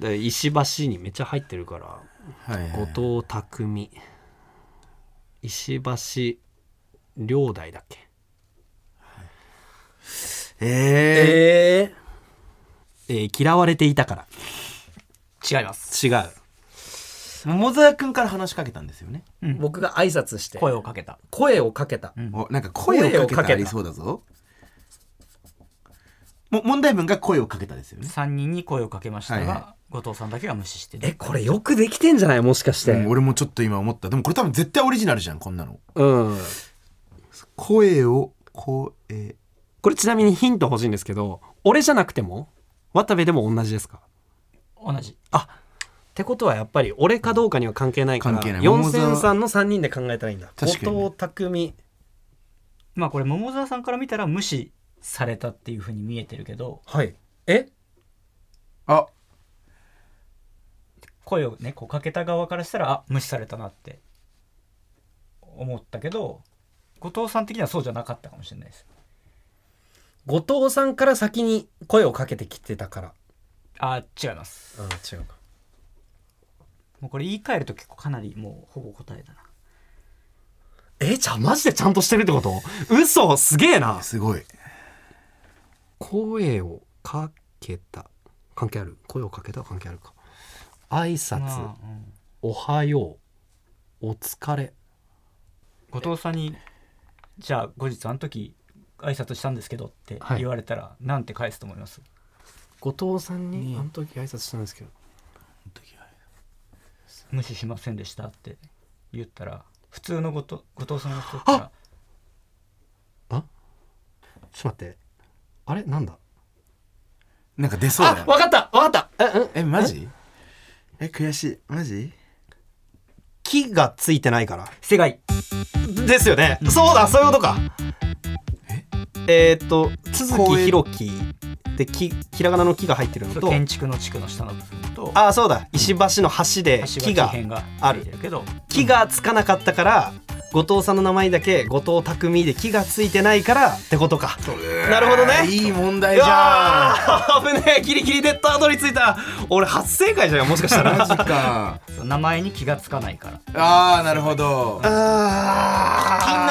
で石橋にめっちゃ入ってるからはいはい後藤匠石橋両大だっけええーえー嫌われていたから違います違う桃沢君から話しかけたんですよね、ー僕が挨拶して声をかけた声をかけた、おなんか声をかけたありそうだぞも問題文が声をかけたですよね3人に声をかけましたが、はいは後藤さんだけが無視してえこれよくできてんじゃないもしかしてうん俺もちょっと今思ったでもこれ多分絶対オリジナルじゃんこんなのうん、声を声これちなみにヒント欲しいんですけど俺じゃなくても渡部でも同じですか同じってことはやっぱり俺かどうかには関係ないから関係ない4003の3人で考えたらいいんだ確かにね後藤匠まあこれ桃沢さんから見たら無視されたっていうふうに見えてるけどはいえあ声をねこうかけた側からしたらあ無視されたなって思ったけど後藤さん的にはそうじゃなかったかもしれないです後藤さんから先に声をかけてきてたからあ違いますあ違うかもうこれ言い換えると結構かなりもうほぼ答えだなえじゃあマジでちゃんとしてるってこと嘘すげえなすごい声をかけた関係ある声をかけたは関係あるか挨拶、まあうんおはようお疲れ後藤さんに「じゃあ後日あの時挨拶したんですけど」ってはい言われたら、なんて返すと思います後藤さんにあの時挨拶したんですけど無視しませんでしたって言ったら普通の後藤後藤さんが言ったらちょっと待ってあれなんだなんか出そうだよわかったわかったえうんえマジえ悔しいマジ木がついてないから正解ですよね、そうだそういうことかえーっと都公築園弘樹で木ひらがなの木が入ってるのそうと建築の地区の下の部分とああそうだ石橋の橋で足木がが木片があついるてるけど木がつかなかったから後藤さんの名前だけ後藤匠で木がついてないからってことかなるほどねいい問題うじゃんわー危ねえギリギリでたどり着いた俺初正解じゃんもしかしたらマジかそう名前に気がつかないからあーなるほどあ金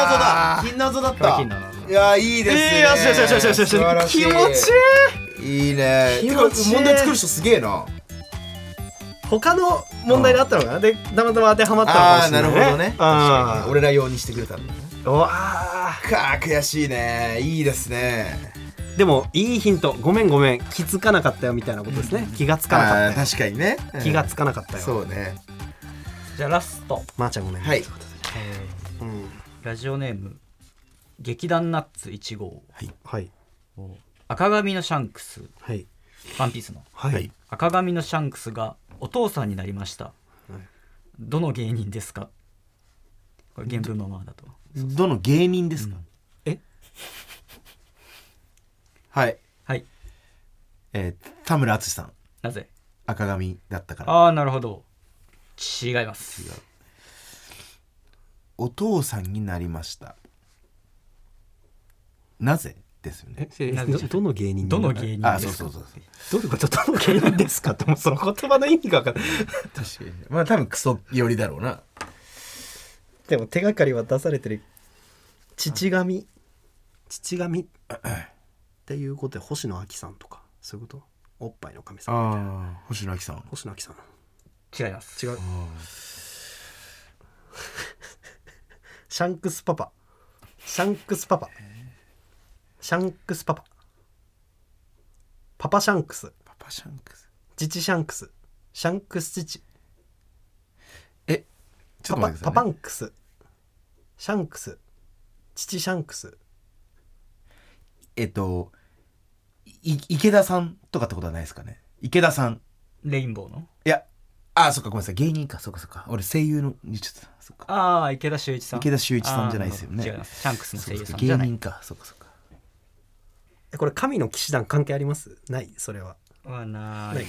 謎だ金表謎金だなっのかたいやいいですねいいよしよしよしよしよし素晴らし気持ちいいいいね気持ちいいてか問題作る人すげえな他の問題であったのかなでたまたま当てはまったのかもしあーなれない、ね、るほどねあ俺ら用にしてくれたんだーうわかあ悔しいねいいですねーでもいいヒントごめんごめん気づかなかったよみたいなことですね気がつかなかあったよ確かにねうん気がつかなかったよ、そうねじゃあラスト、まー、ちゃんごめん、はいえうん、ーラジオネーム劇団ナッツ1号はい赤髪のシャンクスはいワンピースのはい、赤髪のシャンクスがお父さんになりました、どの芸人ですかこれ原文のままだとどの芸人ですかえはいはいえー田村淳さんなぜ赤髪だったからああなるほど違いますお父さんになりましたなぜですよねなぜどどの芸人どの芸人あでそうすそかうそうそうどういうことどの芸人ですかって もうその言葉の意味が分かんない確かにまあ多分クソ寄りだろうなでも手がかりは出されてる父神父神っていうことで星野亜紀さんとかそういうことおっぱいの神さんああ星野亜紀さん星野亜紀さん違います違うシャンクスパパシャンクスパパシャンクスパパパパシャンクスパパシャンクス父シャンクスシャンクス父えちょパっとパ待ってください、ね、パパンクスシャンクス父シャンクスえっとい池田さんとかってことはないですかね池田さんレインボーのいやあーそっかごめんなさい芸人かそっかそっか俺声優の言っちゃったそっかああ池田修一さん池田秀一さんじゃないですよねあー違いますシャンクスの声優そさっんかじゃ芸ない人かそっかそっかえこれ神の騎士団関係ありますないそれははなないい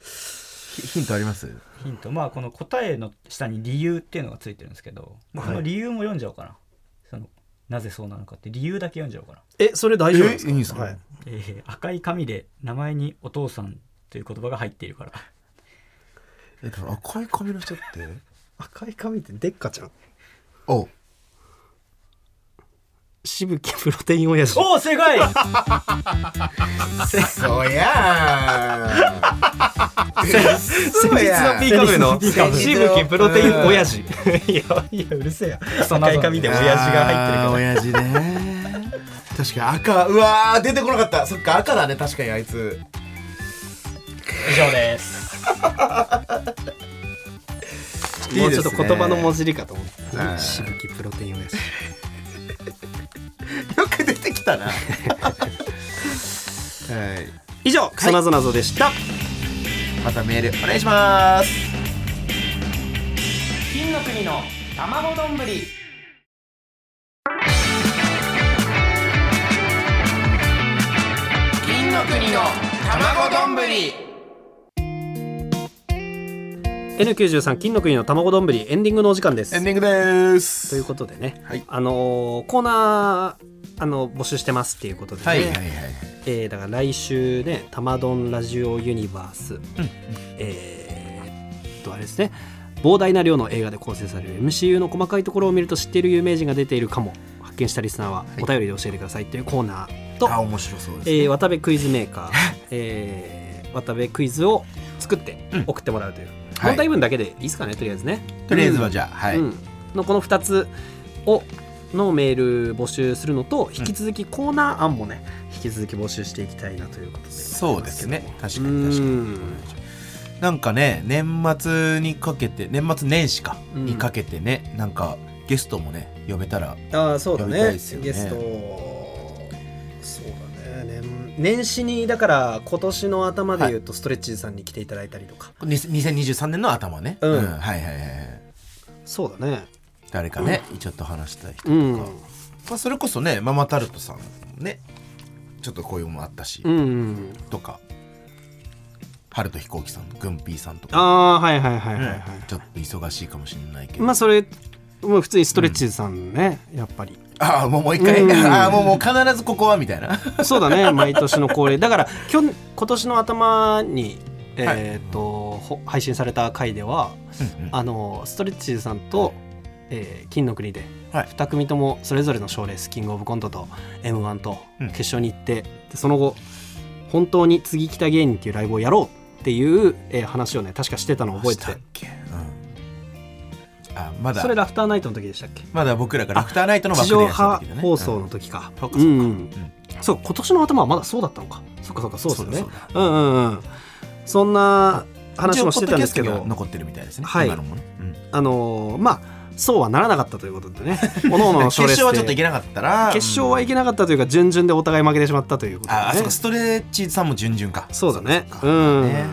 ヒヒントありますヒントまあこの答えの下に理由っていうのがついてるんですけど、この理由も読んじゃおうかなそのなぜそうなのかって理由だけ読んじゃおうかな、えそれ大丈夫ですかえいいんですかはいえー赤い紙で名前に「お父さん」という言葉が入っているからえっと赤い髪の人って赤い髪ってデッカちゃんおしぶきプロテイン親父おお正 解そやー 先日のピーカブの先日の P 株しぶきプロテイン親父いやいやうるせえやそんな髪で親父が入ってる親父ね確かに赤うわー出てこなかったそっか赤だね確かにあいつ以上ですからもうちょっと言葉の文字理かと思っはていしぶきプロテイン親父よく出てきたな はい以上クソなぞなぞでしたまたメールお願いします金の国の卵丼ぶり金の国の卵丼ぶり N93 金の国の卵丼ぶりエンディングのお時間ですエンディングですということでね、はいあのーコーナーあの募集してますっていうことでね、はいはいはいえーだから来週ね「たまどんラジオユニバース」えーっとあれですね膨大な量の映画で構成される MCU の細かいところを見ると知っている有名人が出ているかも発見したリスナーはお便りで教えてくださいというコーナーと、あ面白そうです、えー渡部クイズメ ーカー、えー渡部クイズを作って送ってもらうという、はい問題文だけでいいですかねとりあえずね。とりあえずはじゃあはい、うん、のこの2つをのメール募集するのと引き続きコーナー案もね、引き続き募集していきたいなということでそうですね確かうに確かにんなんかね年末にかけて年末年始か、うんにかけてねなんかゲストもね呼べたらああそうだやりたいねですよねゲストそうだね年年始にだから今年の頭で言うとストレッチーズさんに来ていただいたりとか、に2023年の頭ね、うんはいはいはいはいそうだね誰かね、ちょっと話したい人とか、うんまあ、それこそねママタルトさんもねちょっとこういうのもあったし、うんとか春と飛行機さんグンピーさんとあか、あはいはいはいはいはい、ちょっと忙しいかもしれないけど、まあそれもう普通にストレッチーズさんね、やっぱりああもうもう一回、う んああもうもう必ずここはみたいなそう だね毎年の恒例だから去年今年の頭に、えーとほ配信された回では うんうんあのストレッチーズさんと、えー金の国で、はい2組ともそれぞれの賞レースキングオブコントと m 1とうん決勝に行って、でその後本当に次来た芸人っていうライブをやろうっていう、えー話をね確かしてたのを覚えてしたってけ、うんあまだそれラフターナイトの時でしたっけまだ僕らがラフターナイトのバッ地クで上やった波時だね放送の時か、そううかんそうかうんそう今年の頭はまだそうだったのかそっかそっかそうですよねそうだうんうんうんそんな話もしてたんですけ一応ポッドキャストにはど残ってるみたいですね、はい今のもね、うんあのーまあそうはならなかったということ でねおのおのの決賞レー勝スではちょっといけなかったら決勝はいけけなかったというか準々でお互い負けてしまったということで、ね、ああそうかストレッチーズさんも準々か そうだねそううかんね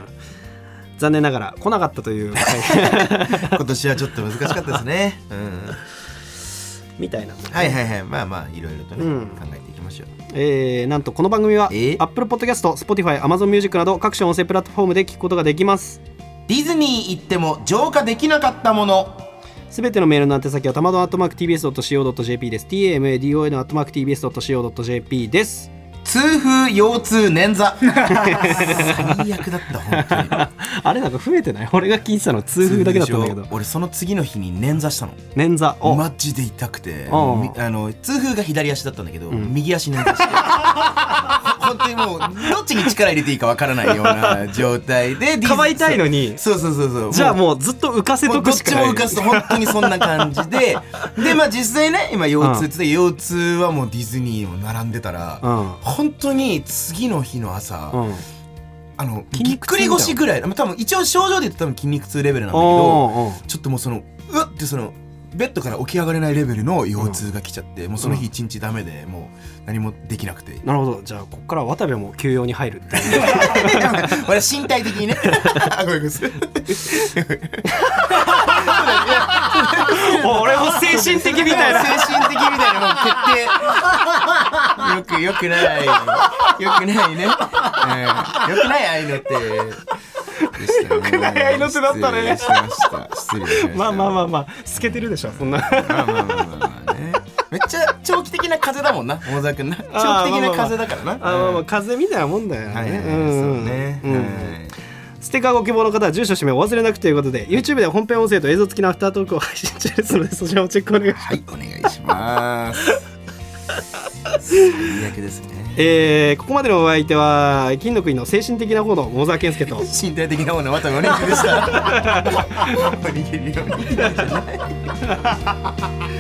残念ながら来なかったという、 今年はちょっと難しかったですね、うん、みたいなのではいはいはいまあまあいろいろとね、うん考えていきましょうえーなんとこの番組はえ Apple Podcast、Spotify、Amazon Music など各種音声プラットフォームで聞くことができますディズニー行っても浄化できなかったものすべてのメールの宛先はたまどん atmarktbs.co.jp です tamadon atmarktbs.co.jp です痛風腰痛捻 挫最悪だった本当にあれなんか増えてない俺が聞いてたの痛風だけだったんだけど痛風症俺その次の日に捻挫したの捻挫お、マジで痛くておみあの痛風が左足だったんだけど、ん右足捻挫し て本当にもうどっちに力入れていいかわからないような状態 でディズかばいたいのにそうそうそうそうじゃあうもうずっと浮かせもとうどくっしかちなもい浮かすと本当にそんな感じ ででまあ実際ね今腰痛って言って腰痛はもうディズニーを並んでたら、うん本当に筋の日の朝、うんあの筋ぎっ肉く痛みたいりな腰ぐらい多分一応症状で言うと多分筋肉痛レベルなんだけどおーおーちょっともうそのうわってそのベッドから起き上がれないレベルの腰痛が来ちゃって、もうその日一日ダメで、もう何もできなくてなるほどじゃあここから渡部も休養に入るって いう俺は身体的 にねあごめんなさい俺も精神的みたいな精神的みたいなもう決定よくよくないよくないね、うん、よくないああいうのってでしたねよくないああいうのってだったね失礼しました失礼しました まあまあまあまあ透けてるでしょそんなまあまあまあまあまあねめっちゃ長期的な風邪だもんな大沢君な長期的な風邪だからなあまあまうあん風邪みたいなもんだよね、はいはいはいんそうねうんはいステッカーご希望の方は住所氏名をお忘れなくということで YouTube では本編音声と映像付きのアフタートークを配信中ですのでそちらもチェックお願いしますはい、お願いします。いやけですねえーここまでのお相手は金の国の精神的な方の桃沢健介と身体的なものはまた おにぎりでしたおにぎりおにぎりじゃない